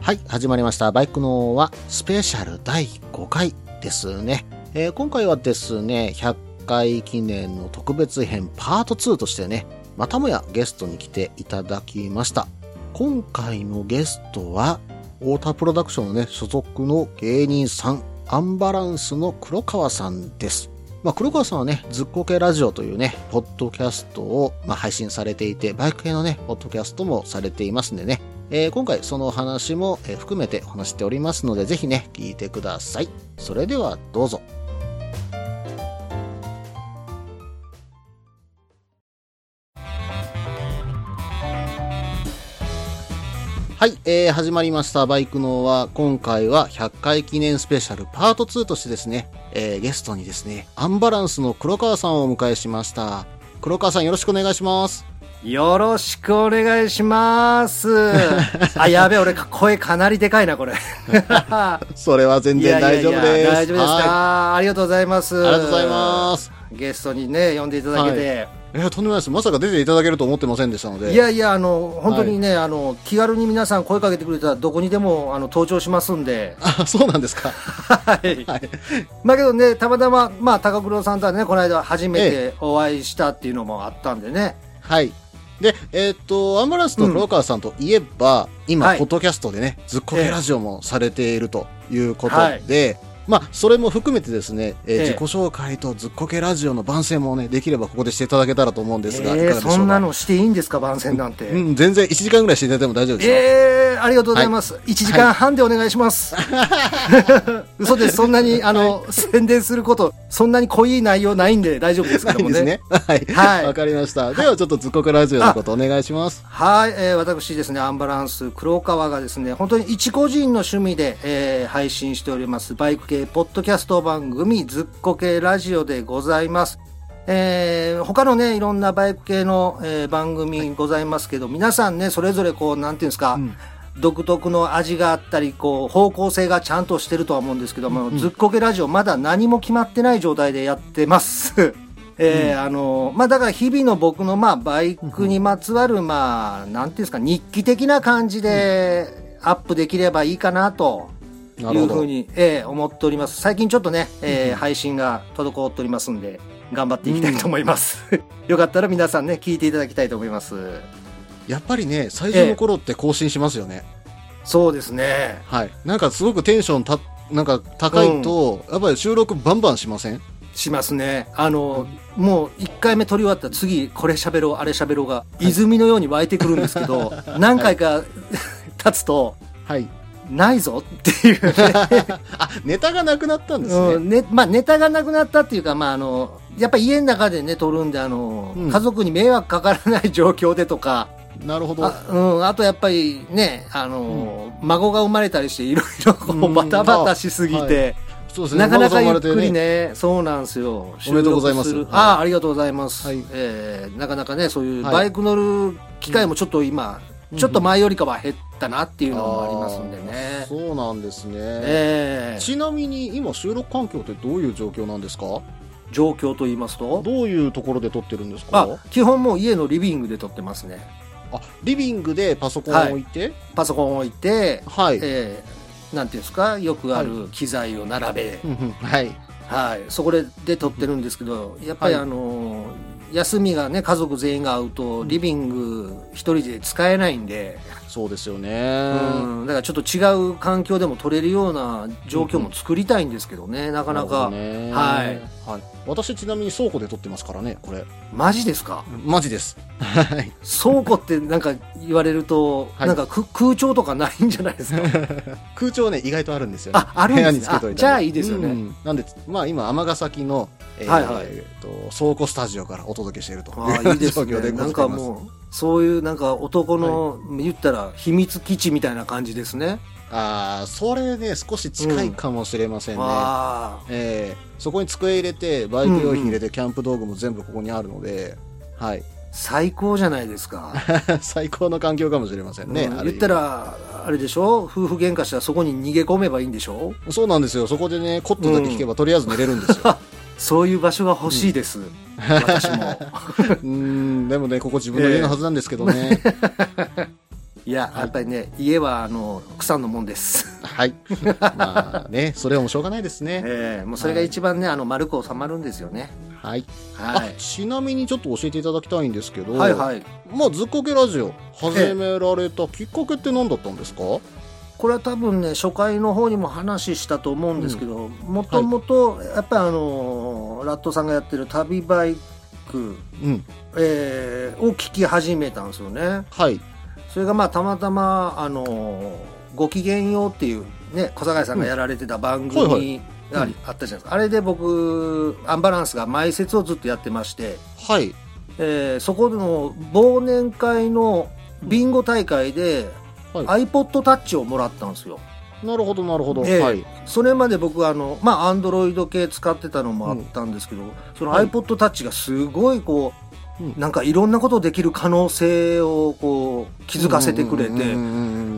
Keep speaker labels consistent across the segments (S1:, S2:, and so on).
S1: はい、始まりました。バイクのはスペシャル第5回ですね。えー今回はですね、100回記念の特別編パート2としてね、またもやゲストに来ていただきました。今回のゲストは、太田プロダクションのね、所属の芸人さん、アンバランスの黒川さんです。まあ、黒川さんはね、ずっこけラジオというね、ポッドキャストを、まあ、配信されていて、バイク系のね、ポッドキャストもされていますんでね、えー今回そのお話も、えー含めてお話しておりますので、ぜひね、聞いてください。それではどうぞ。はい、えー始まりました。バイクのは今回は100回記念スペシャルパート2としてですね、えーゲストにですね、アンバランスの黒川さんをお迎えしました。黒川さんよろしくお願いします。
S2: よろしくお願いします。 あ、やべえ、俺、声かなりでかいな、これ。
S1: それは全
S2: い
S1: 然
S2: や
S1: 大
S2: いやいや
S1: 丈夫です。
S2: 大丈夫です
S1: はい
S2: かありがとうございます。
S1: ありがとうございます。
S2: す。ゲストにね、呼んでいただけて。
S1: いや、とんでもないです。まさか出ていただけると思ってませんでしたので。
S2: い、やいや、あの、本当にね、あの、気軽に皆さん声かけてくれたら、どこにでも、あの、登場しますんで。
S1: あ、そうなんですか。
S2: はい。
S1: はい。
S2: まあけどね、たまたま、まあ、高黒さんとはね、この間初め
S1: え
S2: てお会いしたっていうのもあったんでね。
S1: はい。で、えーっと、アンバランスの黒川さんといえば、今
S2: は、い
S1: ポッドキャストでね、ずっこけラジオもされているということ
S2: はい
S1: で、まあ、それも含めてですね、えー
S2: ええ
S1: 自己紹介とずっこけラジオの番宣もね、できればここでしていただけたらと思うんですが、いか
S2: ええ
S1: がでしょうか
S2: そんなのしていいんですか、番宣なんて。
S1: うん、全然1時間ぐらいしていただいても大丈夫ですよ。
S2: ええありがとうございます。一1時間半でお願いします。嘘です。そんなに、あの、宣伝すること、そんなに濃い内容ないんで大丈夫ですけ
S1: な
S2: ど
S1: いん
S2: も
S1: で
S2: ね。
S1: すね。はい。
S2: はい
S1: わかりました。では、ちょっとずっこけラジオのことお願いします。
S2: はい、えー私ですね、アンバランス黒川がですね、本当に一個人の趣味で、えー配信しております、バイク系ポッドキャスト番組、ずっこ系ラジオでございます。えー他のね、いろんなバイク系の、えー番組ございますけど、皆さんね、それぞれこう、なんていうんですか、独特の味があったり、こう、方向性がちゃんとしてるとは思うんですけども、ずっこけラジオまだ何も決まってない状態でやってます。えーあの、まあ、だから日々の僕の、まあ、バイクにまつわる、まあ、なんていうんですか、日記的な感じでアップできればいいかなと。い
S1: なるほ
S2: う
S1: ど
S2: ふうに、えー思っております。最近ちょっとね、えー配信が滞っておりますんで、頑張っていきたいと思います。 よかったら皆さんね、聞いていただきたいと思います。
S1: やっぱりね、最初の頃って更新しますよね。
S2: そうですね。
S1: はい。なんかすごくテンションた、なんか高いと、やっぱり収録バンバンしません
S2: しますね。あの、もう一回目撮り終わったら次、これ喋ろう、あれ喋ろうが、泉のように湧いてくるんですけ ど、何回か経つと、
S1: はい。
S2: ないぞっていうね。
S1: あ、ネタがなくなったんですね。
S2: うんねまあ、ネタがなくなったっていうか、まあ、あの、やっぱ家の中でね、撮るんで、あの、
S1: うん
S2: 家族に迷惑かからない状況でとか、
S1: なるほど。
S2: あうん、あとやっぱりね、あの、孫が生まれたりして、いろいろこ
S1: う
S2: う、
S1: ん
S2: バタバタしすぎ
S1: あはい
S2: て、
S1: そうですね。
S2: なかなかゆっ
S1: お孫さん生ま
S2: く
S1: れて
S2: り。ね、そうなんですよ。
S1: おめでとうございます
S2: 収録る
S1: はい
S2: ああ、ありがとうございます。
S1: はい
S2: えーなかなかね、そういう
S1: はい
S2: バイク乗る機会もちょっと今、
S1: うん
S2: ちょっと前よりかは減ったなっていうのもありますんで
S1: あー
S2: ね。
S1: そうなんですね。
S2: えー
S1: ちなみに今収録環境ってどういう状況なんですか
S2: 状況と言いますと、
S1: どういうところで撮ってるんですか
S2: あ、基本もう家のリビングで撮ってますね。
S1: あリビングでパソコンを置いて
S2: パソコンを置いて、
S1: はい。
S2: えーなんていうんですか、よくある機材を並べ、
S1: うんうんはい。
S2: はい、そこでで撮ってるんですけど、やっぱり
S1: はい
S2: あのー休みがね、家族全員が会うと、リビング一人で使えないんで、
S1: そうですよ
S2: う
S1: ね。
S2: ん、だからちょっと違う環境でも撮れるような状況も作りたいんですけどね、なかな
S1: る
S2: か。
S1: ほどね
S2: はい
S1: はい。私ちなみに倉庫で撮ってますからね、これ。
S2: マジですか
S1: マジです。はい。
S2: 倉庫ってなんか言われると、
S1: はい
S2: なんかく空調とかないんじゃないですか
S1: 空調ね意外とあるんですよ、ね、
S2: ああるん
S1: 部
S2: です
S1: 屋につけといたり
S2: あじゃあいいですよね
S1: うんなんでまあ今尼崎の、えー
S2: はいはい
S1: えーと倉庫スタジオからお届けしているという
S2: ああいいで す
S1: 状況で
S2: ね。
S1: ござ
S2: な
S1: ま
S2: い
S1: す
S2: んかもう、そういうなんか男の、言ったら秘密基地みたいな感じですね。
S1: ああ、それね、少し近いかもしれませんね。
S2: わあ
S1: えーそこに机入れて、バイク用品入れて、キャンプ道具も全部ここにあるので、はい。
S2: 最高じゃないですか、
S1: 最高の環境かもしれません ね。
S2: うん
S1: ある意
S2: 言っ
S1: 味
S2: たらあれでしょ夫婦喧嘩したらそこに逃げ込めばいいんでしょ
S1: そうなんですよ。そこでね、コットンだけ聞けば、とりあえず寝れるんですよ。
S2: そういう場所が欲しいです、私 も
S1: うーん、でもね、ここ自分の家のはずなんですけどね。
S2: いややっぱりね家はあの草のも んです、
S1: はい。まあね、それはもうしょうがないですね。
S2: ええもうそれが一番ね、あの丸く収まるんですよね
S1: はい。
S2: は
S1: あ
S2: い
S1: ちなみにちょっと教えていただきたいんですけど、
S2: はいはい
S1: まあ、ずっこけラジオ始められたきっかけって何だったんですか、
S2: これは多分ね初回の方にも話したと思うんですけどもともとやっぱりあのラットさんがやってる旅バイク、
S1: うん。
S2: えーを聞き始めたんですよね
S1: はい。
S2: それがまあたまたまあのご機嫌ようっていうね小坂井さんがやられてた番組
S1: うんはいはい
S2: がありあったじゃないですかあれで僕アンバランスが前説をずっとやってまして、
S1: はい。
S2: えーそこの忘年会のビンゴ大会で、
S1: はい
S2: iPodTouch をもらったんですよ
S1: なるほど、なるほど。
S2: ええ
S1: はい。
S2: それまで僕はあのまあアンドロイド系使ってたのもあったんですけど、その
S1: はい
S2: iPod タッチがすごいこう、
S1: うん
S2: なんかいろんなことできる可能性をこう気づかせてくれて、
S1: うんうんうんう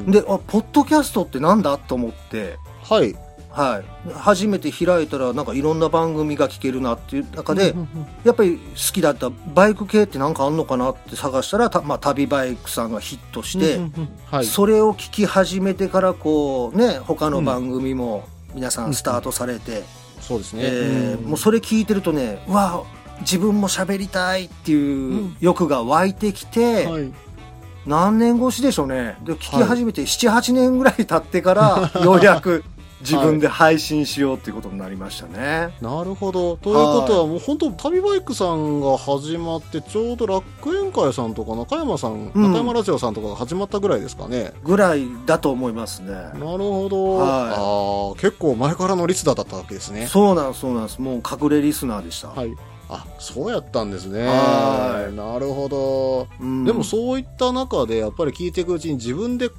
S1: ん
S2: であポッドキャストってなんだと思って。
S1: はい。
S2: はい、初めて開いたらなんかいろんな番組が聞けるなっていう中で、
S1: うんうんうん
S2: やっぱり好きだったバイク系ってなんかあんのかなって探したらた、まあ、旅バイクさんがヒットして、
S1: うんうんうんはい。
S2: それを聞き始めてからこうね他の番組も皆さんスタートされて、
S1: そうですね。
S2: えー
S1: うん
S2: もうそれ聞いてるとねうわ自分も喋りたいっていううん欲が湧いてきて、
S1: はい。
S2: 何年越しでしょうねで聞き始めて78年ぐらい経ってから、 ようやく自分で配信しようっていうことになりましたね。
S1: なるほど。ということは、もう本当、旅バイクさんが始まって、ちょうど楽園会さんとか、中山さん、
S2: うん
S1: 中山ラジオさんとかが始まったぐらいですかね。
S2: ぐらいだと思いますね。
S1: なるほど。ああ、結構前からのリスナーだったわけですね。
S2: そうなんですそうなんですもう隠れリスナーでした。
S1: はい。あ、そうやったんですね。
S2: はい
S1: なるほど。
S2: うん
S1: でもそういった中でやっぱり聞いていくうちに自分でこ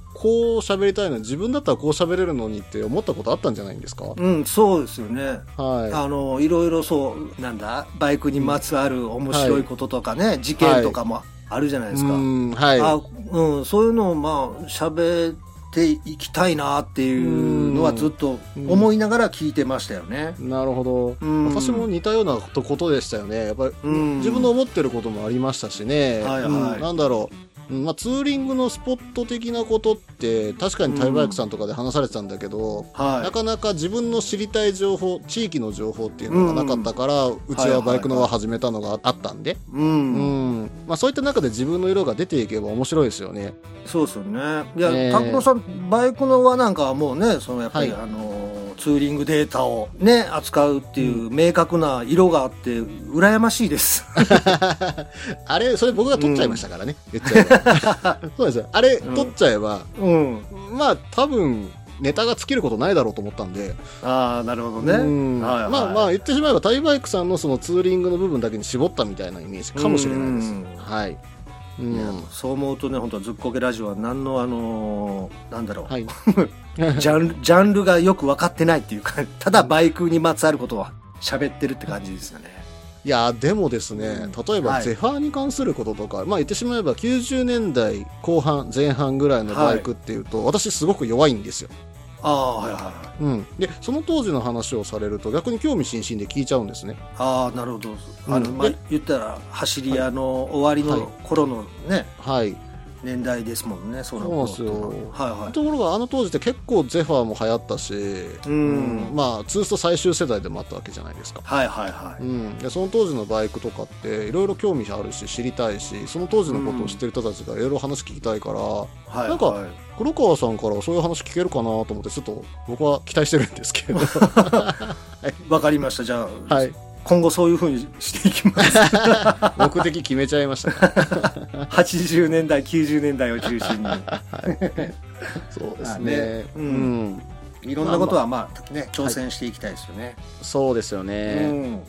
S1: う喋りたいの自分だったらこう喋れるのにって思ったことあったんじゃないんですか、
S2: うん、そうですよね。
S1: は
S2: あのいろいろそうなんだバイクにまつわる面白いこととかね、事件とかもあるじゃない
S1: い。
S2: ですか、
S1: うん、はい。
S2: あうん、そういうのをまあ喋っていきたいなっていうのはずっと思いながら聞いてましたよね、
S1: なるほど。
S2: うん
S1: 私も似たようなことでしたよね。やっぱり、
S2: うん
S1: 自分の思ってることもありましたしね。
S2: はいはい
S1: うんなんだろう。うんまあ、ツーリングのスポット的なことって確かにタイバイクさんとかで話されてたんだけど、な
S2: は
S1: かなか自分の知りたい情報地域の情報っていうのがなかったから、うちはバイクの輪始めたのがあったんで、
S2: い、うん
S1: うんまあ、そういった中で自分の色が出ていけば面白いですよね。
S2: そうですよねいや
S1: ええ
S2: 拓郎、さんバイクの輪なんかはもうねそのやっぱり、
S1: は
S2: あのツーリングデータをね扱うっていう明確な色があって羨ましいです、
S1: あれそれ僕が取っちゃいましたからね、言っちゃえば そうですよあれ
S2: うん
S1: 取っちゃえば、
S2: うん、
S1: まあ多分ネタが尽きることないだろうと思ったんで、
S2: ああなるほどね、
S1: うん
S2: はいはい
S1: まあまあ言ってしまえばタイバイクさんのそのツーリングの部分だけに絞ったみたいなイメージかもしれないです。
S2: うん
S1: はい、うん
S2: いやそう思うとね本当ずっこけラジオは何のあのーなんだろう、
S1: はい、
S2: ジャンルジャンルがよく分かってないっていうか ただバイクにまつわることは喋ってるって感じですよね
S1: いやーでもですね、
S2: うん
S1: 例え
S2: は
S1: ば
S2: い
S1: ゼファーに関することとか、まあ言ってしまえば90年代後半前半ぐらいのバイクっていうと、私すごく弱いんですよ、
S2: ああはいはいはい
S1: うん、でその当時の話をされると逆に興味津々で聞いちゃうんですね
S2: ああなるほどあの、
S1: うん
S2: まあ
S1: で、
S2: 言ったら走り屋の終わりの頃のね、
S1: はい
S2: 年代ですもんねそうな
S1: そうなんですよ
S2: はいはい
S1: ところがあの当時って結構ゼファーも流行ったし、
S2: うん
S1: まあツースト最終世代でもあったわけじゃないですか
S2: はいはいは
S1: う
S2: い
S1: ん、でその当時のバイクとかっていろいろ興味あるし知りたいしその当時のことを知ってる人たちがいろいろ話聞きたいから、
S2: はい
S1: なんか
S2: はい
S1: 黒川さんからそういう話聞けるかなと思ってちょっと僕は期待してるんです けど
S2: わかりましたじゃあ、
S1: はい
S2: 今後そういうふうにしていきます
S1: 目的決めちゃいましたね
S2: 80年代90年代を中心に
S1: そうです
S2: まあ
S1: ね
S2: ね、
S1: う
S2: うんん いろんなことはまあね挑戦していきたいですよね、
S1: そうですよね、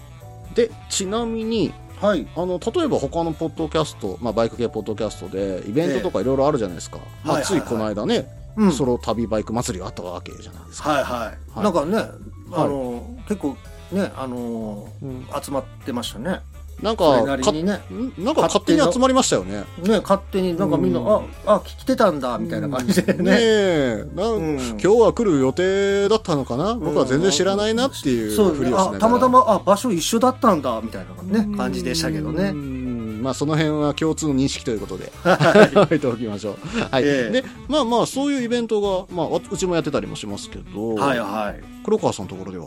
S1: でちなみに
S2: うん、はい
S1: あの例えば他のポッドキャスト、まあ、バイク系ポッドキャストでイベントとかいろいろあるじゃないですか、まあ
S2: はいはいはい
S1: ついこの間ね、
S2: うん
S1: ソロ旅バイク祭りがあったわけじゃないですか。
S2: はいはい、
S1: はい
S2: なんかねあの、結構ねあの
S1: うん
S2: 集まってましたね
S1: なん
S2: それ
S1: か
S2: なり
S1: か、
S2: にね
S1: んなんか勝手に集まりましたよね。
S2: ね勝手になんかみんな、
S1: うん
S2: ああ来てたんだみたいな感じで
S1: ね
S2: ね、
S1: えなん
S2: うん
S1: 今日は来る予定だったのかな僕は全然知らないなっていう
S2: そう
S1: ふりをしなが
S2: あ
S1: ら
S2: たまたまあ場所一緒だったんだみたいな、ね、感じでしたけど
S1: う
S2: ね
S1: んまあその辺は共通の認識ということで、
S2: は
S1: 置いておきましょう。はい。
S2: ええ
S1: で、まあまあそういうイベントが、まあわうちもやってたりもしますけど、
S2: いはいはい
S1: 黒川さんのところでは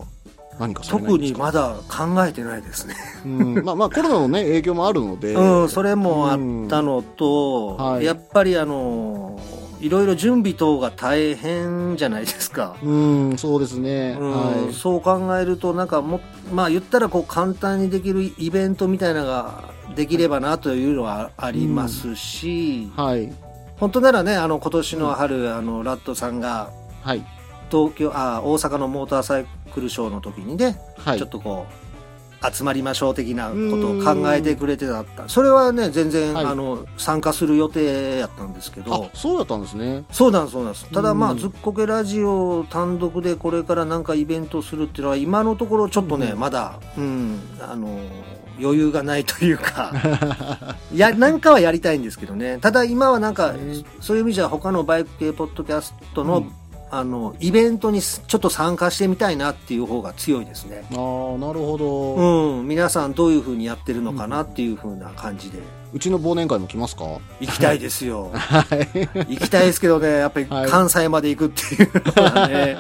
S1: 何かされない
S2: 特
S1: んで
S2: に
S1: すか
S2: まだ考えてないですね、
S1: うん、まあまあコロナのね、影響もあるので、
S2: うんそれもあったのと、
S1: うんはい
S2: やっぱりあのいろいろ準備等が大変じゃないですか、
S1: うん、そうですね。
S2: うん
S1: はい。
S2: そう考えるとなんかもまあ言ったらこう簡単にできるイベントみたいなのができればなというのはありますし、
S1: はい。
S2: 本当ならねあの今年の春、あのラットさんが
S1: はい。
S2: 東京あ大阪のモーターサイクルショーの時にね、
S1: はい。
S2: ちょっとこう集まりましょう的なことを考えてくれてだったそれはね全然、
S1: はい
S2: あの参加する予定やったんですけ
S1: あ
S2: ど、
S1: そうだったんですね。
S2: そうなんですそうなんですただま
S1: う
S2: あ
S1: ん
S2: ずっこけラジオ単独でこれからなんかイベントするっていうのは今のところちょっとね、
S1: うん
S2: まだうんあの余裕がないとい うかやなんかはやりたいんですけどねただ今はなんか
S1: ね
S2: そういう意味じゃ他のバイク系ポッドキャストの、
S1: うん
S2: あのイベントにすちょっと参加してみたいなっていう方が強いですね
S1: ああ、なるほど、う
S2: うん皆さんどういうふうにやってるのかなっていうふうな感じで
S1: ちの忘年会も来ますか
S2: 行きたいですよ
S1: はい。
S2: 行きたいですけどね、やっぱり
S1: はい
S2: 関西まで行くっていうの はね、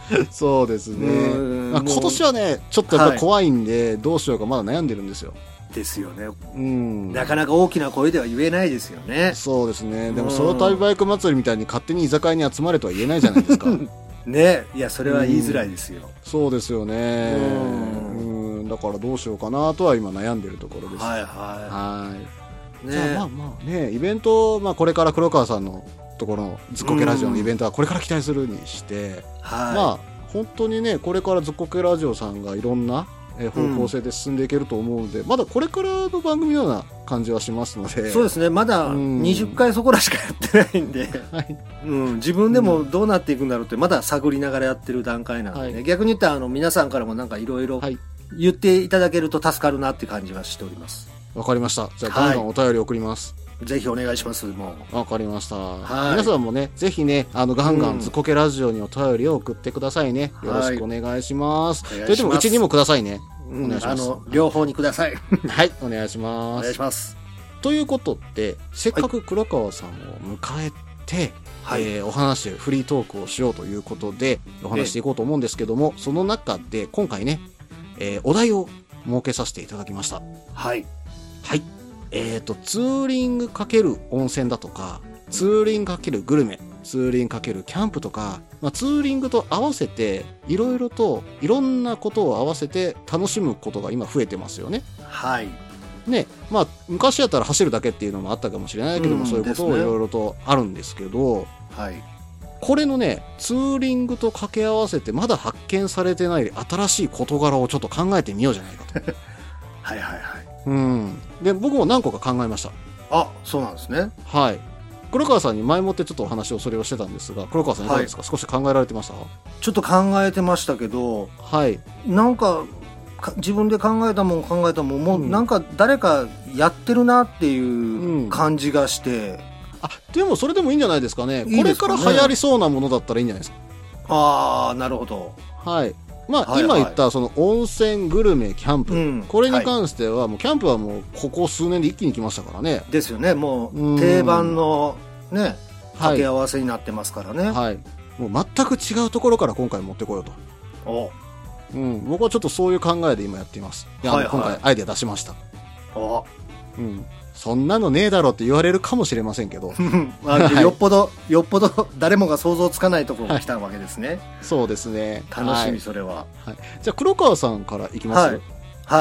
S1: そうですね。
S2: うん
S1: まあ、今年はね、ちょっとやっぱり怖いんで、どうしようかまだ悩んでるんですよ。
S2: ですよね、
S1: うん。
S2: なかなか大きな声では言えないですよね。
S1: そうですね。で
S2: う
S1: も、
S2: ん
S1: ソロ旅バイク祭りみたいに勝手に居酒屋に集まれとは言えないじゃないです か。
S2: ね、いや、それは言いづらいですよ。
S1: そうですよね。
S2: う
S1: うん。だからどうしようかなとは今悩んでるところです。
S2: はいは
S1: はい。
S2: い。
S1: じゃあまあ
S2: ね、
S1: まあねイベント、まあ、これから黒川さんのところの「ずっこけラジオ」のイベントはこれから期待するにして、
S2: は
S1: まあ本当にねこれから「ずっこけラジオ」さんがいろんなえー方向性で進んでいけると思うので、まだこれからの番組のような感じはしますの
S2: い。
S1: で
S2: そうですね、まだ
S1: うん
S2: 20回そこらしかやってないんで、
S1: はい
S2: うん、自分でもどうなっていくんだろうって、まだ探りながらやってる段階なんでね、
S1: はい
S2: 逆に言ったら、あの、皆さんからもなんかいろいろ
S1: はい
S2: 言っていただけると助かるなって感じはしております。
S1: わかりましたじゃあガンガンお便り送ります
S2: ぜひお願いします、もう。
S1: わ、かりました、
S2: はい
S1: 皆さんもねぜひねあのガンガ
S2: うん
S1: ン「ずっこけラジオ」にお便りを送ってくださいね、よろしくお願いします、
S2: はいお願いします
S1: といってもうちにもください ね
S2: うん
S1: お願いします
S2: あの両方にください
S1: はいお願いしま
S2: お
S1: す
S2: 願いします
S1: ということでせっかく黒川さんを迎えて、
S2: はい、
S1: えーお話フリートークをしようということでお話していこうと思うんですけども、その中で今回ね、えーお題を設けさせていただきました
S2: はい
S1: はいえー、とツーリング×温泉だとかツーリング×グルメツーリング×キャンプとか、まあ、ツーリングと合わせていろいろといろんなことを合わせて楽しむことが今増えてますよね
S2: はい
S1: ねまあ、昔やったら走るだけっていうのもあったかもしれないけども、
S2: うん
S1: そういうことを
S2: で
S1: い
S2: すね
S1: ろいろとあるんですけど
S2: はい
S1: これのねツーリングと掛け合わせてまだ発見されてない新しい事柄をちょっと考えてみようじゃないか と。
S2: はいはいはい
S1: うん、で僕も何個か考えました。
S2: あそうなんですね
S1: はい黒川さんに前もってちょっとお話をそれをしてたんですが黒川さんいかがですか、少し考えられてました
S2: ちょっと考えてましたけど
S1: はい
S2: なんかか自分で考えたもん考えたもんもう
S1: うん
S2: なんか誰かやってるなって
S1: う
S2: いうん感じがして、
S1: あでもそれでもいいんじゃないですかね
S2: いい
S1: こ
S2: で
S1: れ
S2: すか
S1: か
S2: ね
S1: ら流行りそうなものだったらいいんじゃないですか
S2: ああなるほど
S1: はい。まあ、
S2: はいはい
S1: 今言ったその温泉、グルメ、キャンプ、
S2: うん
S1: これに関しては、もうキャンプはもうここ数年で一気に来ましたからね。
S2: ですよねも
S1: う
S2: うん定番のね
S1: は
S2: 掛
S1: い
S2: け。合わせになってますからね、
S1: はい。もう全く違うところから今回持ってこようと。
S2: お
S1: うん。僕はちょっとそういう考えで今やっています。いや、
S2: はいはい
S1: 今回アイデア出しました。
S2: お
S1: うん。そんなのねえだろって言われるかもしれませんけど、
S2: まあよっぽどよっぽど誰もが想像つかないところが来たわけですね、
S1: そうですね。
S2: 楽し
S1: は
S2: み
S1: い
S2: それは
S1: じゃあ、黒川さんからいきます、
S2: はい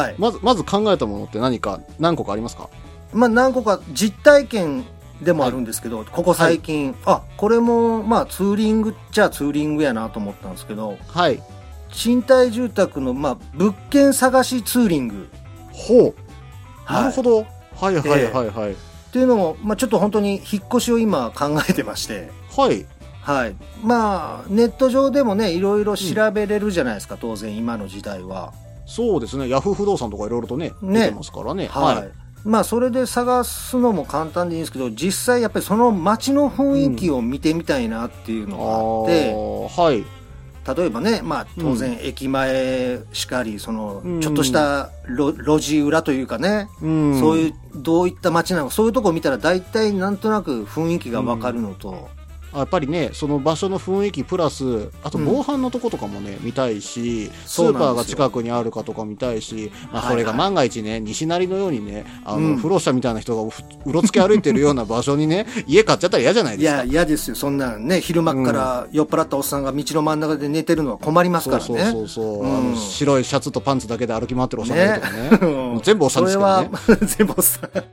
S2: はい
S1: まず、まず考えたものって何か、何個かありますか
S2: まあ、何個か実体験でもあるんですけど、ここ最近、あこれもまあツーリングっちゃツーリングやなと思ったんですけど
S1: はい。
S2: 賃貸住宅のまあ物件探しツーリング、
S1: ほう。
S2: はい
S1: なるほど。はいはいはいはい。
S2: っていうのも、まあ、ちょっと本当に引っ越しを今考えてまして
S1: はい。
S2: はい、まあネット上でもねいろいろ調べれるじゃないですか、当然今の時代は。
S1: そうですね。ヤフー不動産とかいろいろとね、
S2: ね
S1: 出てますからね。
S2: はいまあそれで探すのも簡単でいいんですけど実際やっぱりその街の雰囲気を見てみたいなっていう
S1: あ
S2: のがあって、
S1: ーはい。
S2: 例えばね、まあ、当然駅前しかり、そのちょっとした路路地裏というかね、
S1: うん
S2: そういうどういった街なのかそういうとこ見たら大体なんとなく雰囲気がわかるのと、
S1: あやっぱりねその場所の雰囲気プラスあと
S2: うん
S1: 防犯のとことかもね、見たいしス
S2: そう
S1: ー
S2: な
S1: パ
S2: ん
S1: ー
S2: で
S1: が
S2: すよ
S1: 近くにあるかとか見たいし、まあ、
S2: はいはい
S1: それが万が一ね、西成のようにねあの、
S2: うん
S1: 不老者みたいな人がふうろつき歩いてるような場所にね家買っちゃったら嫌じゃない
S2: い
S1: ですか。
S2: や嫌ですよそんなんね昼間っから酔っ払ったおっさんが道の真ん中で寝てるのは困ります
S1: そ
S2: か
S1: う
S2: ら
S1: そう
S2: ね
S1: そうそう、
S2: うん
S1: あの白いシャツとパンツだけで歩き回ってるおっさんがいるとかねもう全部おっさん
S2: そ
S1: で
S2: れ
S1: すから
S2: は
S1: ね
S2: 全部おっさん、
S1: はい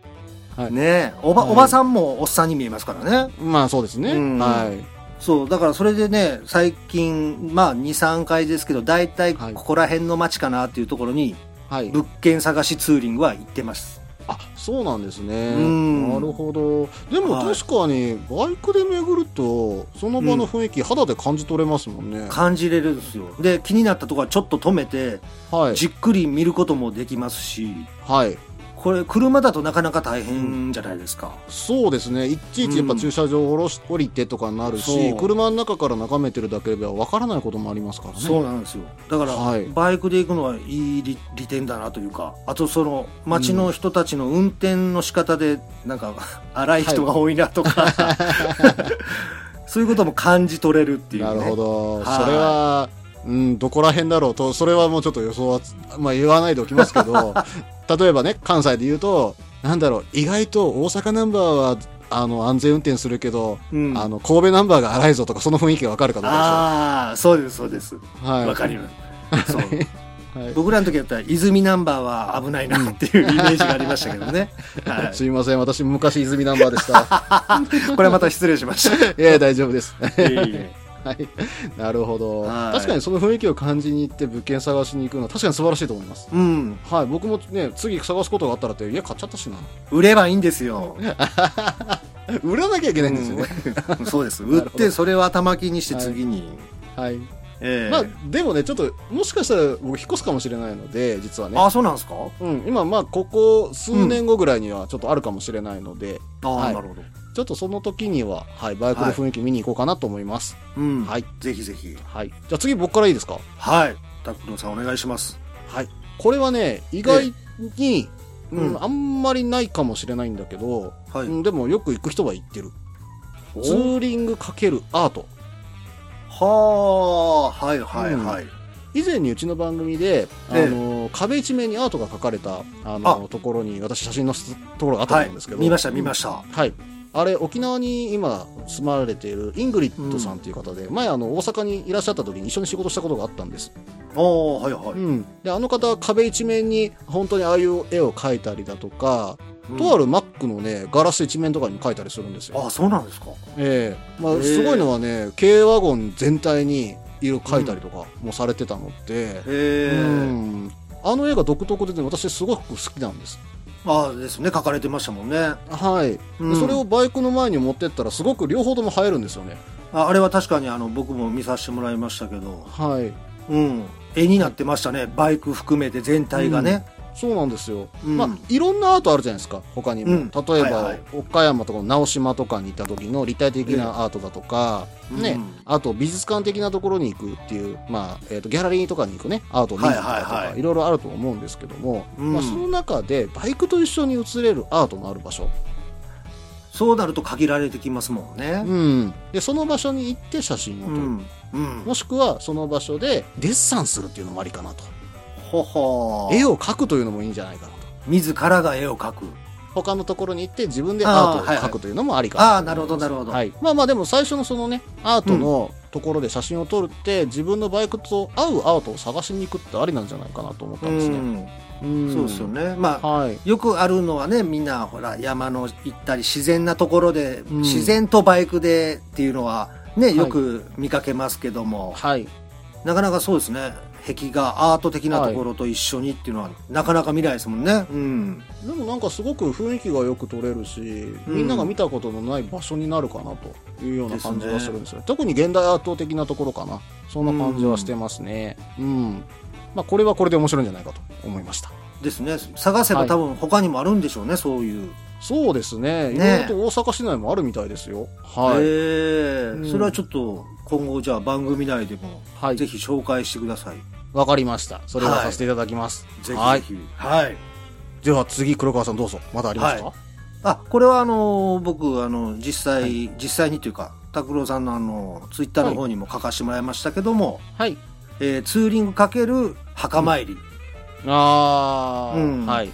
S2: ねおば
S1: はい
S2: おばさんもおっさんに見えますからね
S1: まあそうですね、
S2: うん
S1: はい
S2: そうだからそれでね最近まあ23回ですけど大体
S1: は
S2: こ
S1: い
S2: こら辺の街かなっていうところに
S1: はい
S2: 物件探しツーリングは行ってます
S1: あそうなんですね
S2: うん
S1: なるほどでも
S2: はい
S1: 確かにバイクで巡るとその場の雰囲気肌で感じ取れますもんね、
S2: 感じれるんですよで気になったところはちょっと止めて
S1: はい
S2: じっくり見ることもできますし
S1: はい
S2: これ車だとなかなか大変じゃないですか、
S1: そうですねいちいちやっぱ駐車場を降ろし、降りてとかになる
S2: そ
S1: し
S2: う
S1: 車の中から眺めてるだけではわからないこともありますからね
S2: そうなんですよだから、
S1: はい
S2: バイクで行くのはいい利利点だなというかあとその街の人たちの運転の仕方でなんか荒い人が多いなとか、 そういうことも感じ取れるっていう、
S1: な
S2: ね、
S1: るほど、
S2: はい
S1: それはうんどこら辺だろうとそれはもうちょっと予想はつ、まあ、言わないでおきますけ ど例えばね関西で言うとなんだろう意外と大阪ナンバーはあの安全運転するけど
S2: うん、
S1: あの神戸ナンバーが荒いぞとかその雰囲気がわかるかどうか
S2: ああそうですそうですわ、
S1: でしょはい
S2: かりますそう
S1: はい
S2: 僕らの時だったら泉ナンバーは危ないなっていうイメージがありましたけどね、は
S1: すいません私昔泉ナンバーでした
S2: い、これはまた失礼しまし
S1: いや大丈夫です
S2: たいえいえ
S1: はいなるほど
S2: はい
S1: 確かにその雰囲気を感じに行って物件探しに行くのは確かに素晴らしいと思います
S2: うん
S1: はい僕もね次探すことがあったらって家買っちゃったしな
S2: 売ればいいんですよ
S1: 売らなきゃいけないんですよね、
S2: うんそうで す
S1: な
S2: 売っ
S1: るほど
S2: てそれを頭金にして次に、
S1: はい
S2: ええ
S1: まあでもねちょっともしかしたら僕引っ越すかもしれないので実はね
S2: あそうなんですか
S1: うん、今まあここ数年後ぐらいにはちょっとあるかもしれないので、
S2: あ、
S1: はい
S2: なるほど
S1: ちょっとその時には、はい、バイクの雰囲気見に行こうかなと思います。
S2: うん、
S1: はい。
S2: ぜひぜひ
S1: はい。じゃあ次僕からいいですか
S2: はいタックルさんお願いします
S1: はい。これはね、意外に、
S2: うん
S1: うん、あんまりないかもしれないんだけど、
S2: はい、
S1: うんでもよく行く人は行ってる。
S2: お
S1: ツーリング×アート。
S2: はあはいはいはい、
S1: 以前にうちの番組で、あ
S2: ええ
S1: の、壁一面にアートが描かれた、あの、ところに、私写真のすところがあったと
S2: は
S1: 思
S2: い
S1: うんですけど、
S2: 見ました見ました、
S1: はい。あれ、沖縄に今住まれているイングリッドさんという方で、前あの、大阪にいらっしゃった時に一緒に仕事したことがあったんです。
S2: ああはいはい、
S1: うん、であの方は壁一面に本当にああいう絵を描いたりだとか、
S2: うん
S1: とあるマックのねガラス一面とかにも描いたりするんですよ。
S2: ああそうなんですか
S1: ええまあ、
S2: へえ
S1: すごいのはね軽ワゴン全体に色描いたりとかもされてたので、
S2: へ
S1: う
S2: え、
S1: んあの絵が独特で、ね、私すごく好きなんです。
S2: ああですね書かれてましたもんね、
S1: はい、で
S2: うん
S1: それをバイクの前に持ってったらすごく両方とも映えるんですよね。
S2: ああれは確かにあの僕も見させてもらいましたけど
S1: はい、
S2: うん絵になってましたねバイク含めて全体がね、
S1: そうなんですよ、
S2: うん
S1: まあいろんなアートあるじゃないですか他にも、
S2: うん
S1: 例えば、
S2: はいはい
S1: 岡山とか直島とかに行った時の立体的なアートだとか、
S2: うん
S1: ね、
S2: うん
S1: あと美術館的なところに行くっていう、まあえー、とギャラリーとかに行くねアートを見に行くとか、
S2: はい
S1: い
S2: はいはい
S1: ろいろあると思うんですけども、
S2: うん
S1: まあ、その中でバイクと一緒に写れるアートのある場所、
S2: そうなると限られてきますもんね
S1: うん、でその場所に行って写真を撮
S2: う
S1: る、
S2: ん、うん、
S1: もしくはその場所でデッサンするっていうのもありかなと
S2: ほほ
S1: 絵を描くというのもいいんじゃないかなと。
S2: 自らが絵を描く
S1: 他のところに行って自分でアートを
S2: あーはいは
S1: 描
S2: い
S1: くというのもありか
S2: ああ
S1: と
S2: なる
S1: 思いま
S2: ほど
S1: す
S2: なるほど、
S1: はい、まあまあでも最初のそのねアートのところで写真を撮るって、自分のバイクと合うアートを探しに行くってありなんじゃないかなと思った
S2: うん
S1: ですね。
S2: ん、
S1: うん
S2: そうですよねまあ
S1: はい
S2: よくあるのはねみんなほら山の行ったり自然なところで、
S1: うん
S2: 自然とバイクでっていうのはね
S1: い
S2: よく見かけますけども、
S1: はい
S2: なかなかそうですね壁画アート的なところと一緒にっていうのはなかなか見ないですもんね。うん。
S1: でもなんかすごく雰囲気がよく撮れるし、
S2: うん
S1: みんなが見たことのない場所になるかなというような感じがするんですよ特に現代アート的なところかなそんな感じはしてますねうん、まあこれはこれで面白いんじゃないかと思いました
S2: ですね。探せば
S1: はい
S2: 多分他にもあるんでしょうね、そういう。
S1: そうですね
S2: ね
S1: いろいろと大阪市内もあるみたいですよは
S2: へ
S1: い、
S2: え
S1: うん
S2: それはちょっと今後じゃあ番組内でも
S1: はい
S2: ぜひ紹介してください。
S1: わかりましたそれはさせていただきます、
S2: ぜひぜひ。
S1: はい
S2: はい
S1: では次黒川さんどうぞまだありますか、
S2: はあこれはあの僕あの実際、実際にというか拓郎さんのあのツイッターの方にも書かせてもらいましたけども、
S1: はい
S2: えーツーリングかける墓参り、
S1: ああ、
S2: うん
S1: はい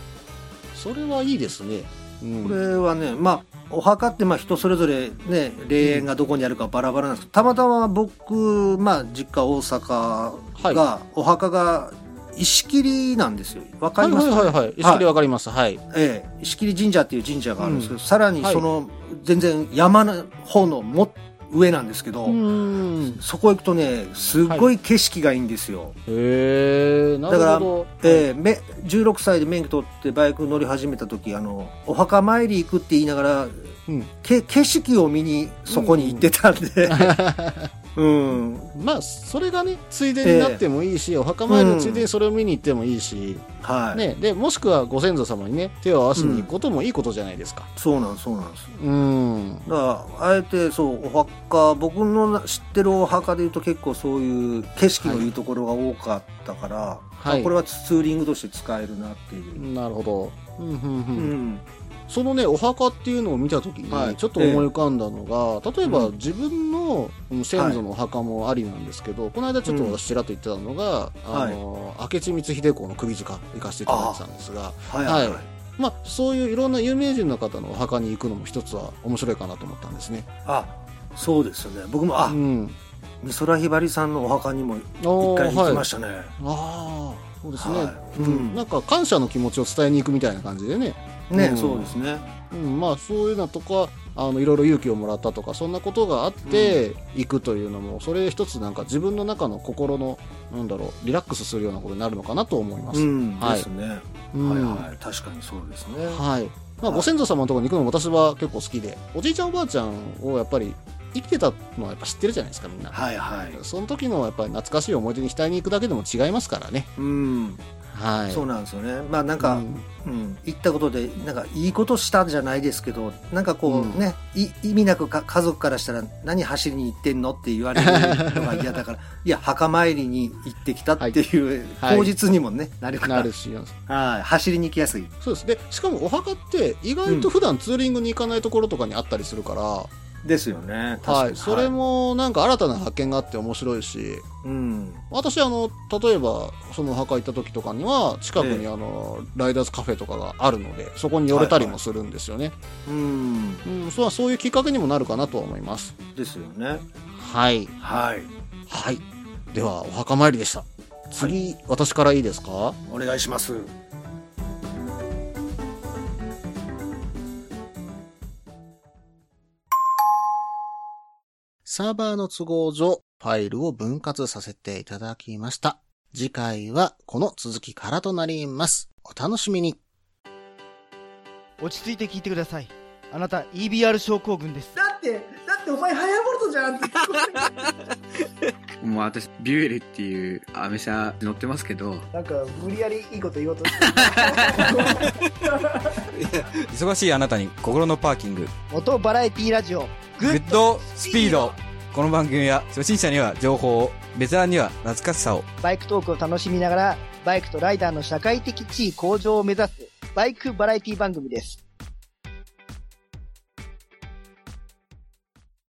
S1: それはいいですね、うん
S2: これはねまあお墓ってまあ人それぞれね霊園がどこにあるかバラバラなんですけどたまたま僕まあ実家大阪が、お墓が石切なんですよわかりますか、
S1: はいはいはいはい。それわかります。はい。
S2: ええ、石切神社っていう神社があるんですけど、
S1: う
S2: さらに
S1: はい
S2: その、全然山の方のもっ上なんですけど、
S1: ん。
S2: そこ行くとねすっごい景色がいいんですよ、
S1: へえ、な
S2: だから
S1: るほど。
S2: ええめ16歳で免許取ってバイク乗り始めた時あのお墓参り行くって言いながら
S1: うん。
S2: け景色を見にそこに行ってたんで、 うん
S1: まあ、それがね、ついでになってもいいし、お墓参りのついでにそれを見に行ってもいいし、
S2: はい、
S1: ね、で、もしくはご先祖様にね、手を合わせに行くこともいいことじゃないですか。
S2: そうなんそうなんです
S1: うん。うん、
S2: だからあえてそうお墓僕の知ってるお墓でいうと結構そういう景色のいいところが多かったから、
S1: はい
S2: まあこれはツーリングとして使えるなっていう、
S1: なるほど。うんうんう
S2: うん
S1: ん、そのねお墓っていうのを見た時
S2: はい
S1: にちょっと思い浮かんだのが、例えば
S2: うん
S1: 自分のうん先祖のお墓もありなんですけど、この間ちょっと私ちらっと言ってたのが、あの明智光秀公の首塚行かせていただいてたんですが
S2: はいはい、は
S1: はいい、まあ、そういういろんな有名人の方のお墓に行くのも一つは面白いかなと思ったんですね。
S2: あそうですよね僕もあ、
S1: うん、
S2: 美空ひばりさんのお墓にも一
S1: おー
S2: 回行きま
S1: はい
S2: したね、
S1: あーそうですね、
S2: はい
S1: うん
S2: うん
S1: なんか感謝の気持ちを伝えに行くみたいな感じでね、
S2: ね、
S1: うん
S2: そうですね
S1: うん、まあそういうのとかあのいろいろ勇気をもらったとかそんなことがあって行くというのも、それ一つなんか自分の中の心のなんだろうリラックスするようなことになるのかなと思います。
S2: うん、
S1: はい
S2: ですね、
S1: うん
S2: はいはい確かにそうですね
S1: はいまあ、
S2: はい
S1: ご先祖様のところに行くのも私は結構好きでおじいちゃんおばあちゃんをやっぱり生きてたのはやっぱ知ってるじゃないですかみんな。
S2: はいはい、
S1: その時のやっぱり懐かしい思い出に額に行くだけでも違いますからね。
S2: うん、
S1: はい。
S2: そう
S1: う
S2: なんですよねまあなんか、
S1: ん
S2: うん、行ったことでなんかいいことしたんじゃないですけどなんかこうね、い意味なくか家族からしたら何走りに行ってんのって言われるのが嫌だから いや墓参りに行ってきたっていう
S1: はい
S2: 口実にもね、なるから
S1: なるし、
S2: はい走りに行きやすい
S1: そうです。で、しかもお墓って意外と普段ツーリングに行かないところとかにあったりするから、
S2: ですよね確かに、
S1: はい。それ、もなんか新たな発見があって面白いし、
S2: うん、
S1: 私あの、例えばそのお墓行った時とかには、近く
S2: え
S1: にあの、ライダーズカフェとかがあるので、そこに寄れたりもするんですよね。
S2: うん、
S1: うん、そうそういうきっかけにもなるかなとは思います。
S2: ですよね
S1: はい。
S2: はい
S1: はい。では、お墓参りでした。次、私からいいですか
S2: お願いします
S1: サーバーの都合上、ファイルを分割させていただきました。次回はこの続きからとなります。お楽しみに。
S3: 落ち着いて聞いてくださいあなた EBR 症候群です
S4: だって、だってお前ハヤボルトじゃんって。
S5: もう私、ビュエルっていうアメ車乗ってますけど、
S4: なんか無理やりいいこと言おうとして。
S6: 忙しいあなたに心のパーキング
S3: 元バラエティラジオグ
S6: グッドスピードこの番組は初心者には情報をベテランには懐かしさを
S3: バイクトークを楽しみながらバイクとライダーの社会的地位向上を目指すバイクバラエティ番組です